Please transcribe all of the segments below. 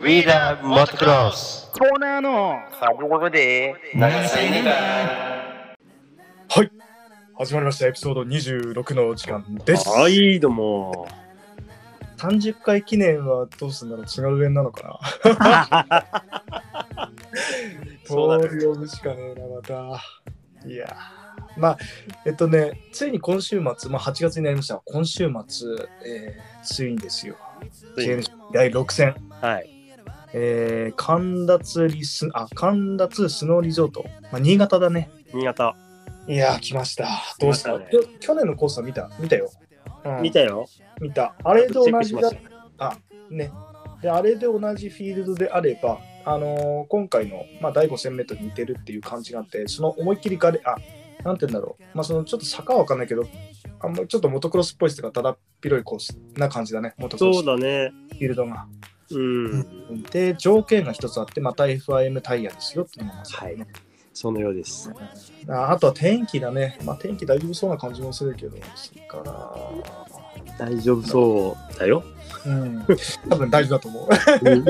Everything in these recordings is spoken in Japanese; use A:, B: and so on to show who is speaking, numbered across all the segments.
A: We love motocross!
B: コーナーのサブゴで
A: 長さいねだ
C: 始まりましたエピソード26のお時間です、
D: はい、どう も。
C: 30回記念はどうするんだろう違う縁なのかな
D: そうだ
C: 通り呼ぶしかねえなまたいやーまあえっとねついに今週末まあ8月になりましたが今週末、えーついにですよ
D: ついに
C: JNC 第6戦
D: はい。
C: えー、神田ツーリスあ神田ツースノーリゾート、まあ、新潟だね
D: 新潟。
C: いやー来ましたどうした
D: 来ました
C: きょ去年のコースは見た見たよ、うん
D: 見たよ。
C: 見たあれと
D: チェッ
C: 同
D: クし
C: じ
D: ま
C: だ
D: した。
C: ね。で、あれで同じフィールドであれば、あのー今回の、まあ、第5戦目と似てるっていう感じがあって、その思いっきりガレ、あ、なんて言うんだろう。まあ、そのちょっと坂はわかんないけど、あんまりちょっとモトクロスっぽいですが、ただ広いコースな感じだね。モトクロ
D: そ
C: ス
D: う
C: フ
D: だね。
C: ィールドが。
D: うん。
C: で、条件が一つあって、また FIM タイヤですよっていうのがまず
D: はい。そのようです。
C: ああとは天気だね。まあ、天気大丈夫そうな感じもするけど、そっから、
D: 大丈夫そうだよ。
C: うん、多分大丈夫だと思う。
D: うん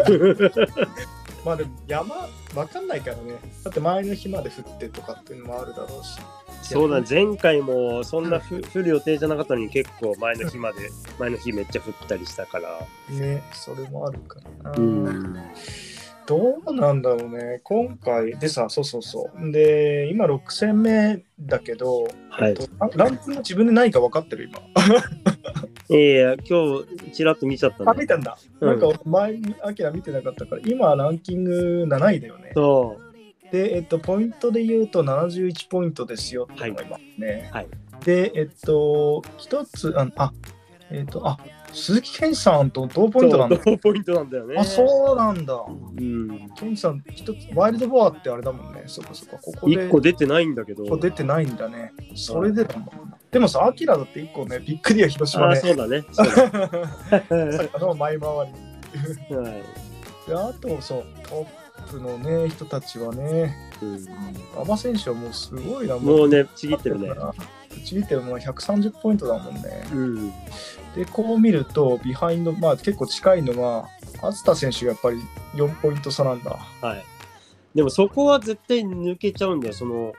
C: まあでも山わかんないからね。だって前の日まで降ってとかっていうのもあるだろうし。
D: そうだ、前回もそんなふ降る予定じゃなかったのに結構前の日まで、前の日めっちゃ降ったりしたから。
C: ね。それもあるからな。
D: うん。
C: どうなんだろうね。今回でさ、そうそうそう。で、今6戦目だけど、
D: はい。
C: ランランキング自分で何か分かってる今。
D: ええ、今日、ちらっと見ちゃった
C: あ、
D: ね
C: 見。たんだ。
D: うん
C: なんか俺前に、アキラ見てなかったから、今ランキング7位だよね。
D: そ
C: で、えっと、ポイントで言うと71ポイントですよっていうのが今ね。
D: はい
C: で、えっと、一つ、あ、あえっと、あ、鈴木健さんと同
D: う。
C: ポイントなんだ。
D: そう同ポイントなんだよね。
C: あ、そうなんだ。
D: うん。
C: 健さん、一つ、ワイルドボアってあれだもんね。そっかそっか、ここで。
D: 一個出てないんだけど
C: こ。こ出てないんだね。それでだもんな。でもさ、アキラだって一個ね、びっくりや広島
D: あ、
C: ね。
D: そうだね。そうだ
C: まさかの前回り。
D: はい。
C: で、あと、そう、トップのね、人たちはね、
D: うん
C: 馬場選手はもうすごいな、もう
D: もうね、ちぎってるね。
C: ちぎってるもん130ポイントだもんね。
D: うん。
C: で、こう見ると、ビハインド、まあ結構近いのは、熱田選手がやっぱり4ポイント差なんだ。
D: はい。でもそこは絶対抜けちゃうんだよ。その、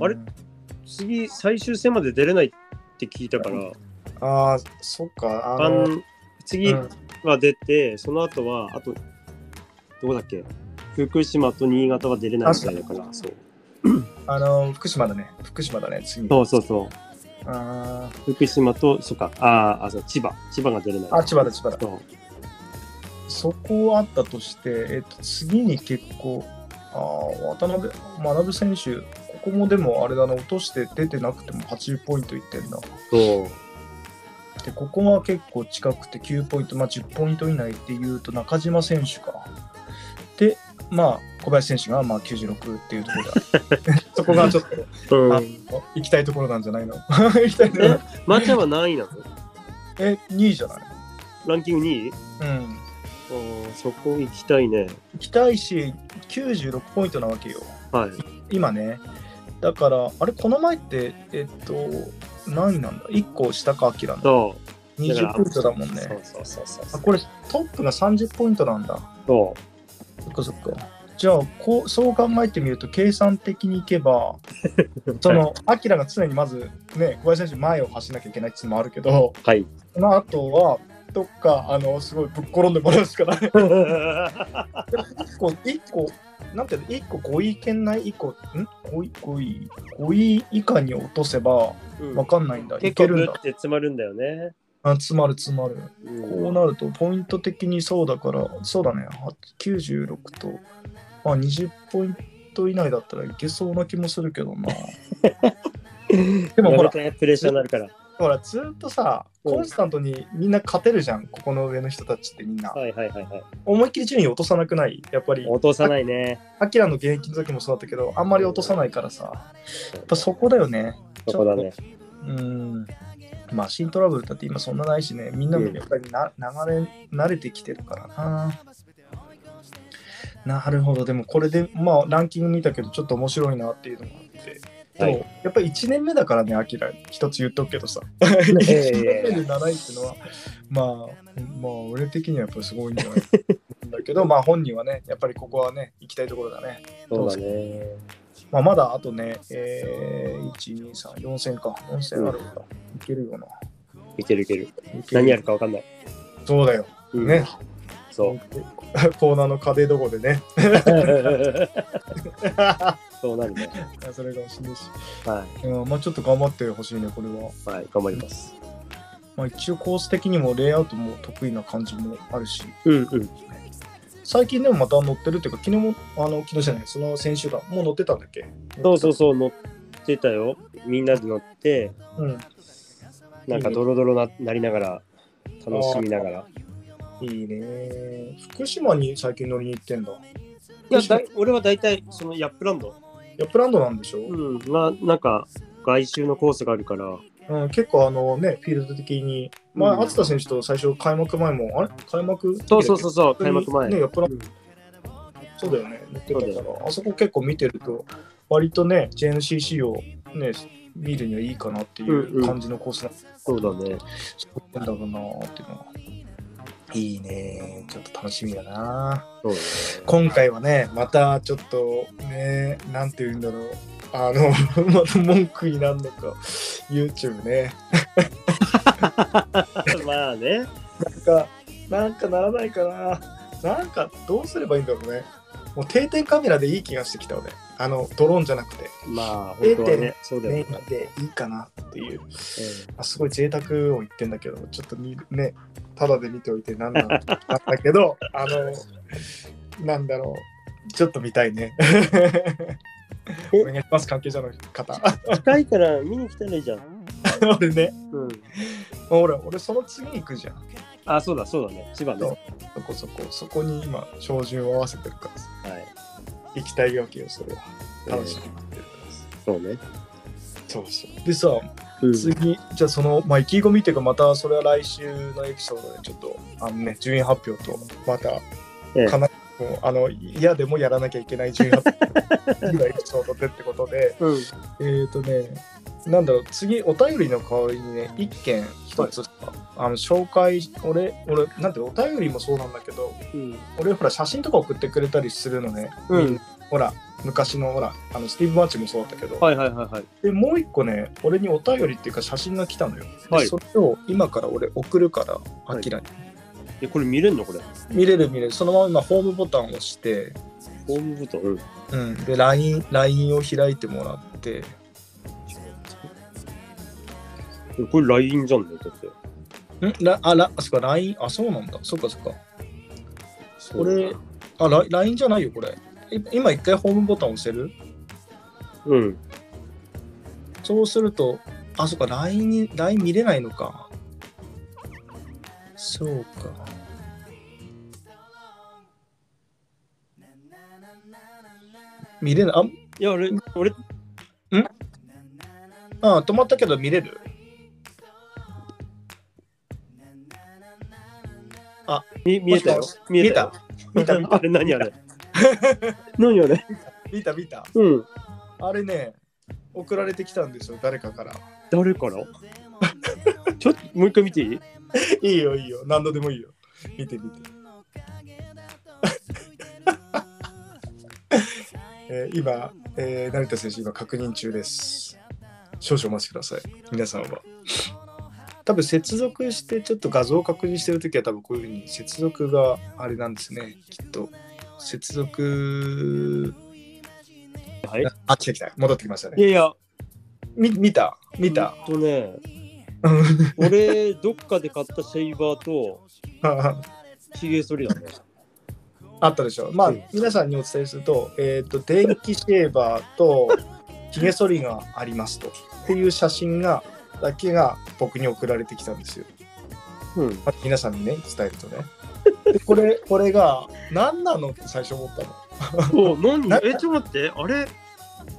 D: あれ次、最終戦まで出れないって聞いたから、
C: ああ、そっか。あ
D: あ
C: の、
D: ん次
C: うん
D: は出て、その後は、あと、どこだっけ福島と新潟は出れないみたいだから、そう。
C: あの福島だね。福島だね、次。
D: そうそうそ
C: あ
D: う。福島と、そっか、あーあ、そう、千葉。千葉が出れない。
C: ーあ、千葉だ、千葉だ。
D: そう。
C: そこあったとして、えっと、次に結構、あー渡辺、学選手、ここもでもあれだな、落として出てなくても80ポイントいってんだ。
D: そう
C: で、ここは結構近くて9ポイント、まあ、10ポイント以内っていうと中島選手か。で、まあ、小林選手がまあ96っていうところ だ。そこがちょっと
D: う
C: あ
D: ん。
C: 行きたいところなんじゃないの 行きたいところ
D: マチャは何位なの
C: え、2位じゃない
D: ランキング2位
C: うん。
D: うんそこ行きたいね。
C: 行きたいし、96ポイントなわけよ。
D: はい。
C: 今ね。だから、あれ、この前って、えっと、何位なんだ ?1 個下か、明らの。
D: そう。だから
C: 20ポイントだもん
D: そう
C: ね。
D: そうそうそう
C: あ、これ、トップが30ポイントなんだ。
D: そ
C: そっかそっか。じゃあこう、そう考えてみると、計算的にいけば、その、アキラが常にまず、ね、小林選手、前を走らなきゃいけないっていうのもあるけど、
D: う。はい。
C: その後は、どっか、あの、すごいぶっ転んでもらうしかない。1個、一個、なんていうの、1個5位圏内、1個、ん ?5 位、5位、5位以下に落とせば、わかんないんだ。い
D: 結
C: け
D: 構
C: る
D: グ
C: ん
D: ッ
C: だ
D: て。詰まるんだよね。
C: あ詰まる、詰まる。こう
D: う
C: なると、ポイント的にそうだから、そうだね、は96と、まあ、20ポイント以内だったらいけそうな気もするけど な。でも
D: やめ
C: ほら、
D: てプレッシャーになるから。
C: ほらずっとさ、コンスタントにみんな勝てるじゃん、ここの上の人たちってみんな。
D: はいはいはいはい。
C: 思いっきり順位落とさなくないやっぱり、
D: 落とさないね。
C: アキラの現役の時もそうだったけど、あんまり落とさないからさ、やっぱそこだよね。
D: そこだね。
C: うん。マシントラブルだって今そんなないしね、みんなもやっぱりな、流れ慣れてきてるからな。なるほど、でもこれで、まあランキング見たけど、ちょっと面白いなっていうのがあって。で
D: は
C: も、
D: い。
C: やっぱり1年目だからね、アキラ、一つ言っとくけどさ。1
D: いやい
C: 年
D: やいや
C: 目で7位っていうのは、まあ、まあ、俺的にはやっぱりすごいんじゃないだけど、まあ本人はね、やっぱりここはね、行きたいところだね。
D: そうだね。
C: まあまだあとね、えー、1、2、3、4戦か。4戦あるから、いけるよな。
D: いけるいける。
C: いけ
D: 何やるかわかんない。
C: そうだよ。
D: うん
C: ね。
D: そう。
C: コーナーの壁どこでね。
D: そうなんだよ。
C: それかもしれないし。
D: は
C: うん、まあちょっと頑張ってほしいね、これは。
D: い。はい。頑張ります。
C: まあ一応コース的にもレイアウトも得意な感じもあるし、
D: うんうん。
C: 最近でもまた乗ってるっていうか、昨日も、あの、昨日じゃない、その先週間、もう乗ってたんだっけ
D: そうそうそう、乗ってたよ。みんなで乗って、
C: うん。
D: なんかドロドロななりながら、楽しみながら。
C: いいね。福島に最近乗りに行ってんだ。
D: いや、だい俺は大体、そのヤップランド。
C: やっプランドなんでしょ、
D: うん。が、なんか、外周のコースがあるから、
C: うん、結構あのね、フィールド的に、ま
D: うん
C: あ、篤田選手と最初、開幕前も、あれ開幕
D: そうそうそうう、そう開幕前。
C: ね、やっぱり
D: うん
C: そうだよね、乗って
D: そ
C: たから、あそこ結構見てると、割とね、JNCC をね、見るにはいいかなってい
D: んう
C: うんう感じのコースなん
D: そうだね。
C: だろうなっていうのが。いいね、ちょっと楽しみだな。
D: そう
C: 今回はね、またちょっとね、なんて言うんだろう、あの、 また文句になんのか、YouTube ね。
D: だね。 まあね。
C: か、なんかならないかな。なんかどうすればいいんだろうね。もう定点カメラでいい気がしてきた俺。あの、ドローンじゃなくて、
D: まあ、本当はね。そうだ
C: メイ
D: よね。
C: ンでいいかなっていう。あすごい贅沢を言ってんだけど、ちょっとみね、ただで見ておいてなんなんなんだけど、あの、なんだろう。ちょっと見たいね。
D: え
C: お願いします、関係者の方。
D: うん近いから見に来たらいいじゃん。
C: 俺ね、
D: うん。
C: 俺、俺その次に行くじゃん。
D: あ、そうだ、そうだね。千葉ね。は
C: そこそこ、そこに今、照準を合わせてるからさ。
D: い。
C: 行きたいわけよ、それは。楽しみ
D: え
C: になってるからさ
D: ーそうね。
C: そうそう。でさ、
D: うん
C: 次、じゃあその、まあ、意気込みっていうか、またそれは来週のエピソードで、ちょっと、あのね、順位発表と、また、
D: ええ
C: かなもうあの嫌でもやらなきゃいけない順位発表のエピソードでってこ とで、
D: うん。
C: えっ、ー、とね、なんだろう、次、お便りの代わりにね、一件、一つ、あの紹介、俺、俺、なんていうのお便りもそうなんだけど、
D: うん。
C: 俺、ほら、写真とか送ってくれたりするのね、
D: うん。
C: ほら、昔の、ほら、あのスティーブ・マーチもそうだったけど、
D: はいはいはいはい。
C: でもう一個ね俺にお便りっていうか写真が来たのよ、で
D: はい
C: それを今から俺送るから
D: い
C: アキラに、
D: え、これ見れんのこれ。
C: 見れる見れるそのまま今ホームボタンを押して、
D: ホームボタン。うん。
C: うん、で LINE, LINE を開いてもらって
D: えこれ LINE じゃんね、だって。
C: んラあらあそっか LINE あそうなんだそっかそっか
D: そ
C: これあラ LINE じゃないよこれい今一回ホームボタン押せる
D: うん。
C: そうするとあそっか LINE に LINE 見れないのかそうか見れないあ
D: いや、俺、俺、
C: ああ、止まったけど見れる
D: み見えたよ
C: もし。
D: 見えたよ。
C: 見た見た
D: あれ何あれ 何あれ
C: 見た見た。
D: うん。
C: あれね、送られてきたんですよ、誰かから。
D: 誰から ちょっと、もう一回見ていい
C: いいよいいよ、何度でもいいよ。見て見 て。えー今、えー成田選手、今確認中です。少々お待ちください、皆さんは。多分接続して、ちょっと画像を確認してるときは、多分こういうふうに接続があれなんですね、きっと。接続。
D: はい。い
C: あ、来た来た、戻ってきましたね。
D: やいや、
C: み見た見た。
D: ほんとね、 俺、どっかで買ったシェイバーと、ヒゲ剃りだね。
C: あったでしょ。まあ、
D: うん
C: 皆さんにお伝えすると、えっ、と、電気シェーバーと、ひげ剃りがありますと。っていう写真が、だけが僕に送られてきたんですよ。
D: うん。
C: まあ皆さんにね、伝えるとね。でこれ、これが、何なのって最初思ったの。
D: お、何
C: な
D: え、ちょっと待って、あれ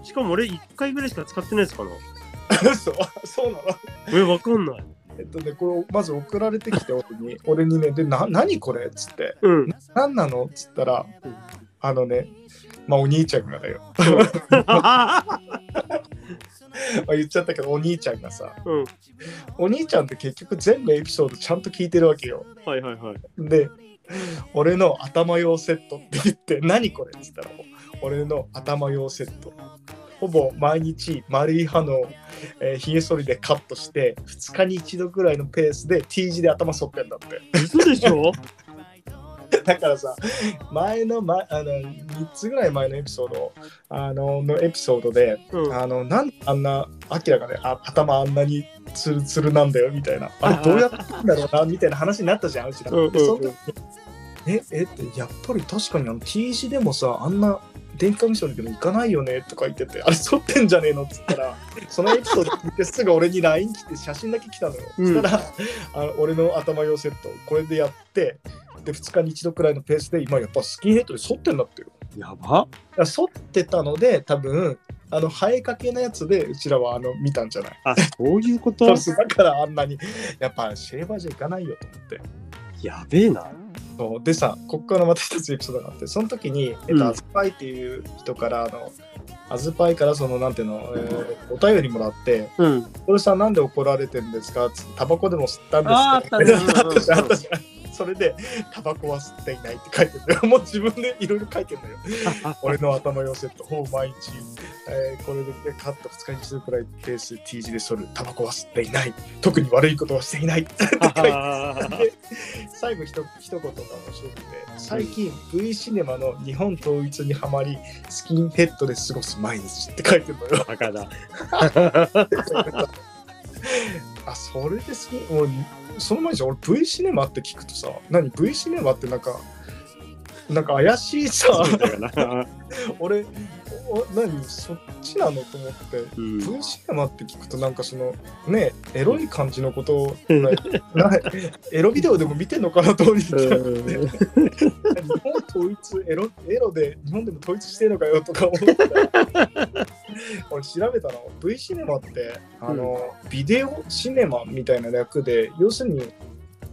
D: しかも俺、一回ぐらいしか使ってないですかな
C: そう、そうなの。
D: え、わかんない。
C: えっとね、これをまず送られてきて、俺に、俺にね、で、な、何これっつって、
D: うん。
C: 何なのっつったら
D: うん、
C: あのね、まあ、お兄ちゃんがだよ。まあ、言っちゃったけど、お兄ちゃんがさ、
D: うん。
C: お兄ちゃんって結局全部エピソードちゃんと聞いてるわけよ。
D: はいはいはい。
C: で俺の頭用セットって言って、何これって言ったら、俺の頭用セット。ほぼ毎日丸い歯の、えー、冷え剃りでカットして、2日に1度くらいのペースで T 字で頭剃ってんだって。
D: 嘘でしょ
C: だからさ、前の、ま、あの3つぐらい前のエピソードあののエピソードで、
D: うん。
C: あのなんであんな明らかであ頭あんなにツルツルなんだよみたいなあれどうやってんだろうなみたいな話になったじゃんうちら。
D: うんうんうん
C: でその時にええってやっぱり確かにあの T 字でもさあんな電気化ミションでもいかないよねとか言っててあれ剃ってんじゃねえのっつったらそのエピソード聞いてすぐ俺に LINE 来て写真だけ来たのよ、
D: うん
C: そしたらあの俺の頭用セットこれでやってで2日に1度くらいのペースで今やっぱスキンヘッドで剃ってんだってよ
D: やば
C: だから剃ってたので多分あの生えかけのやつでうちらはあの見たんじゃない
D: あ、そういうこと
C: そうそうだからあんなにやっぱシェーバーじゃいかないよと思って
D: やべえな。
C: そうでさこっからまた一つエピソードがあってその時に、えっ
D: うん
C: と、アズパイっていう人からあのアズパイからそのなんていうの、えーお便りもらって
D: うん。
C: 「これさなんで怒られてるんですか?」つって「タバコでも吸ったん
D: あ
C: ですか?」
D: ーあったね
C: あったじゃんあったじゃんそれで「タバコは吸っていない」って書いてるもう自分でいろいろ書いてる のよ俺の頭寄せとほぼ毎日、えーこれでカット2日に1度くらいペース T 字で剃るタバコは吸っていない特に悪いことはしていない って書いてあって最後ひと一言が面白くて最近 V シネマの日本統一にはまりスキンヘッドで過ごす毎日って書いてるのよ
D: バカだ。
C: あそれでスキンもうその前にさ俺 V シネマって聞くとさ何 V シネマってなんかなんか怪しいさ
D: そうだよな。
C: 俺お何そっちなのと思って
D: うん。
C: 分子山って聞くとなんかそのねエロい感じのことをななエロビデオでも見てんのかなと思って日
D: うん
C: 本統一エロエロで日本でも統一してんのかよとか思ってた 俺調べたの V シネマってあの、ビデオシネマみたいな略で要するに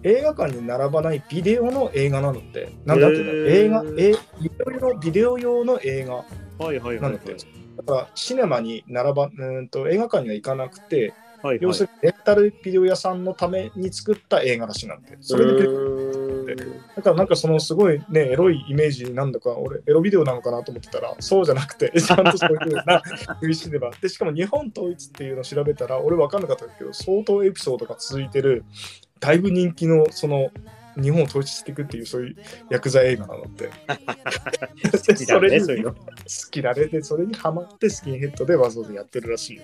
C: 映画館に並ばないビデオの映画なのってなんだっていう
D: へ
C: の
D: ー
C: 映画えビデオ用ビデオ用の映画
D: はいはい
C: な
D: はい
C: のって、だからシネマに並ばうーんと映画館には行かなくて、
D: はい。
C: 要するにレンタルビデオ屋さんのために作った映画らしいなんで、それで結構
D: で
C: だからなんかそのすごいね、エロいイメージになんだか、俺、エロビデオなのかなと思ってたら、そうじゃなくて、 ちゃんとそういうふうな V シネマ。で、しかも日本統一っていうのを調べたら、俺分かんなかったけど、相当エピソードが続いてる、だいぶ人気の、その、日本を統一していくっていう、そういう薬剤映画なのって。好
D: 好きだねそういうの
C: 好きだね。で、それにハマってスキンヘッドでわざわざやってるらしいよ。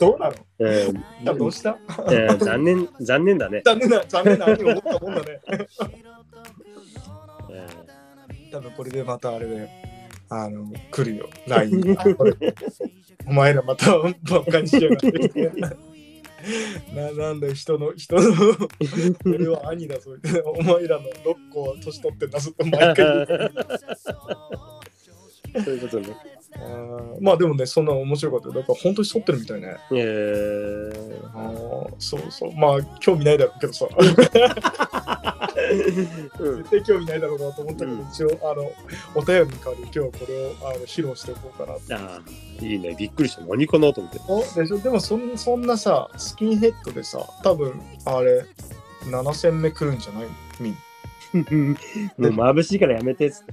C: どうなの
D: えー
C: だどうした
D: えー残念、残念だね。
C: 残念な、残念な、兄が思ったもんだね。
D: え
C: 多分これでまたあれで、あの、来るよ、LINE が。これお前らまたバカにしやがって。 ななんだよ人の人の俺は兄だぞ お前らの6個は年取ってんだぞって毎回 言う
D: ーそういうことね。
C: あーまあでもねそんな面白かったよだから本当に剃ってるみたいね
D: えー
C: あーそうそうまあ興味ないだろうけどさ
D: うん
C: 絶対興味ないだろうなと思ったけど、
D: うん
C: 一応あのお便りに代わり今日はこれをあの披露しておこうかなと
D: あーいいね。びっくりした。何かなと思って。
C: おでしょでもそんそんなさスキンヘッドでさ多分あれ7戦目来るんじゃないのみんな
D: もう眩しいからやめてっつって。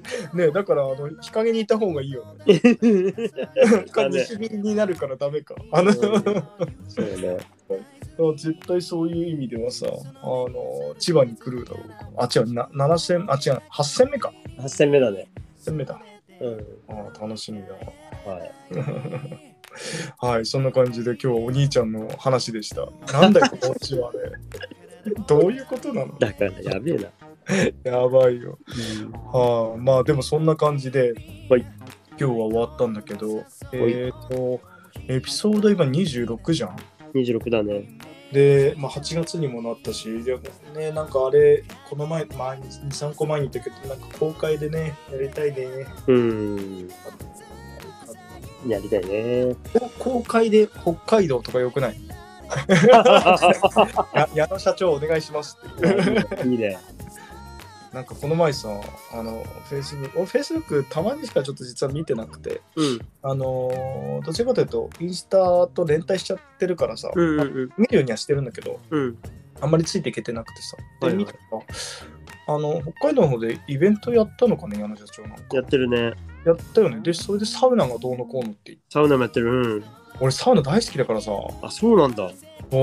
C: でねだからあの日陰にいた方がいいよ ね
D: だね
C: 西日になるからダメかあの、
D: そうね。
C: 絶対そういう意味ではさあの千葉に来るだろうかあ違うな7戦あ違う8戦目か
D: 8戦目だね。
C: 8戦目だ
D: うん。
C: あー楽しみだわ
D: はい。
C: はいそんな感じで今日はお兄ちゃんの話でしたなんだよこっちはねどういうことなの
D: だからやべえな。
C: やばいよ。はあ、まあでもそんな感じで、
D: はい
C: 今日は終わったんだけど、えっ、と、エピソード今26じゃん。
D: 26だね。
C: で、まあ、8月にもなったし、でもね、なんかあれ、この前、前に2、3個前に言ったけど、なんか公開でね、やりたいね。
D: うん。やりたい ね。
C: 公開で北海道とかよくないや 矢野社長お願いしますっていう。
D: いいね。
C: なんかこの前さ、あの、フェイスブック、俺フェイスブックたまにしかちょっと実は見てなくて、
D: うん。
C: あのーどちらかというと、インスタと連帯しちゃってるからさ、
D: うんうん
C: 見るようにはしてるんだけど、
D: うん。
C: あんまりついていけてなくてさ、
D: はいは
C: で
D: い
C: 見たら、あの、北海道の方でイベントやったのかね、柳社長なんか。
D: やってるね。
C: やったよね。で、それでサウナがどうのこうのって。
D: サウナもやってる。うん。
C: 俺、サウナ大好きだからさ、も
D: あ、そうなんだ。
C: う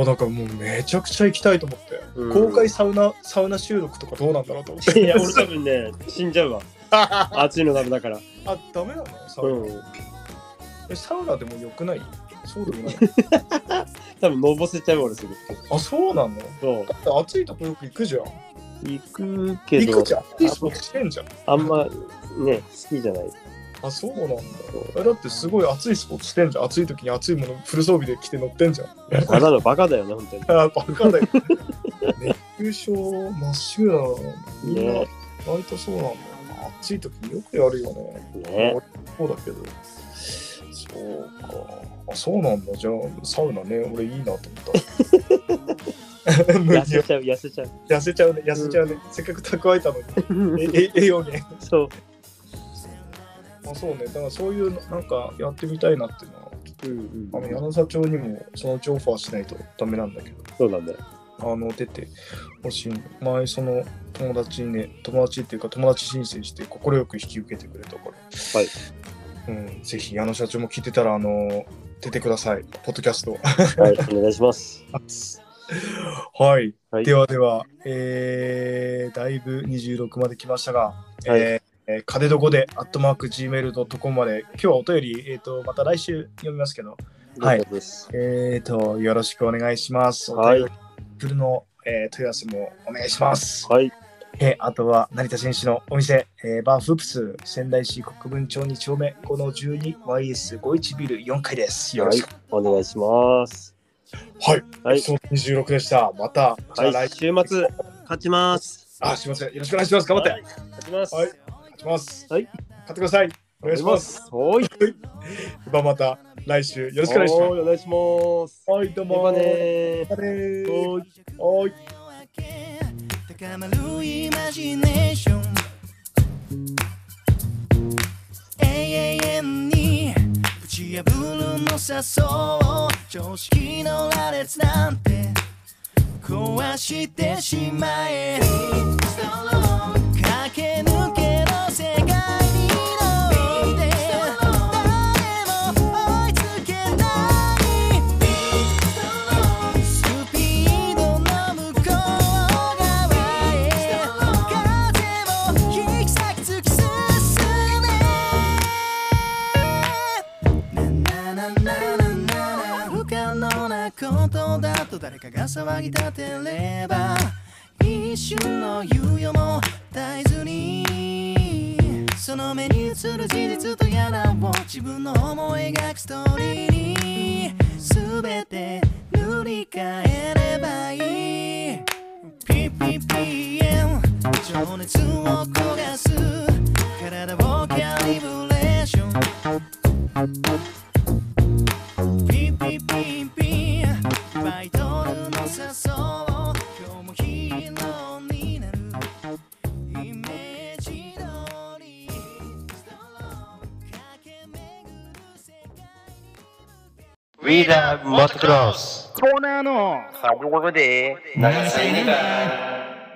C: だからもうめちゃくちゃ行きたいと思って。
D: うん
C: 公開サウナ、サウナ収録とかどうなんだろうと思って。
D: いや、 俺多分ね、死んじゃ うわ。暑いのダメだから。
C: あ、ダメなのサウ
D: う
C: ナ。
D: ん。
C: え、サウナでもよくないそうでもない。
D: 多分、のぼせちゃう俺すぐ。
C: あ、そうなのだ
D: そう。
C: って暑いとこよく行くじゃん。
D: 行くけ
C: 行
D: ど
C: く、じゃん。暑いとこしてんじゃん。
D: あんま、ね、好きじゃない。
C: あ、そうなんだ。えだってすごい暑いスポーツしてんじゃん。暑い時に暑いものフル装備で着て乗ってんじゃん。
D: バカだ、バカだよね、本当に。
C: あバカ だよ。熱中症真っ白だな。みんな
D: ね
C: 割とそうなんだよな。暑い時によくやるよね。
D: ね
C: 俺もそうだけど。そうか。あ、そうなんだ。じゃあ、サウナね、俺いいなと思った。無
D: 痩
C: 理
D: せ
C: よ
D: ちゃう、痩せちゃう。
C: 痩せちゃうね、痩せちゃうね。せっかく蓄えた のに。ええ栄養源。
D: そ
C: あそうね、だからそういうのなんかやってみたいなっていうのは、
D: う。うん
C: あ
D: う
C: の
D: ん。
C: 柳沢町にもそのうちオファーしないとダメなんだけど、
D: そうなんだよ。
C: あの出てほしいの前、その友達にね、友達っていうか友達申請して、快く引き受けてくれたから、
D: はい
C: うん、ぜひ、矢野社長も聞いてたら、あの、出てください、ポッドキャスト。
D: はい、お願いします。
C: はい、
D: はい
C: ではでは、えー、だいぶ26まで来ましたが、
D: はい
C: えーえー金どこで、アットマーク、gmail.com まで、今日はお便り、えー、とまた来週読みますけど、はい
D: 了解です。
C: えー、と、よろしくお願いします。
D: はい
C: お便り来るの、えー、問い合わせもお願いします。
D: はい。
C: えーあとは、成田選手のお店、えーバーフープス、仙台市国分町2丁目、この 12YS51 ビル4階です。よろしく。
D: お願いします。
C: はい、
D: はい。
C: そう26でした。また、じゃあ来、
D: はい、週末、勝ちます。
C: あ、すいません。よろしくお願いします。頑張って。
D: はい勝ちます。
C: はい勝ちます。
D: はい
C: 勝ってください。お願いします。
D: す。はい。よ
C: ではまた来週よろ
D: ろ
C: しくお願いします。
D: お願いします。
C: はい、どう
D: では
C: も。
D: ね
C: またねー
D: ー。はい。
C: はい。
E: 高まるイマジネーション永遠にぶち破るのさそう常識の羅列なんて壊してしまえ駆け抜けの世界に乗って誰も追いつけないスピードの向こう側へ風を引き裂き突き進めなななななな不可能なことだと誰かが騒ぎ立てれば一瞬の猶予も絶えずにその目に映る事実とやらを自分の思い描くストーリーに全て塗り替えればいい PPPM 情熱を焦がす体をキャリブレーション PPPP バイトルの誘う今日もヒーローになるイメージ通りストロー駆け巡る世界
A: We the motocross.
B: コーナーのサブゴロで
A: 流せネタ。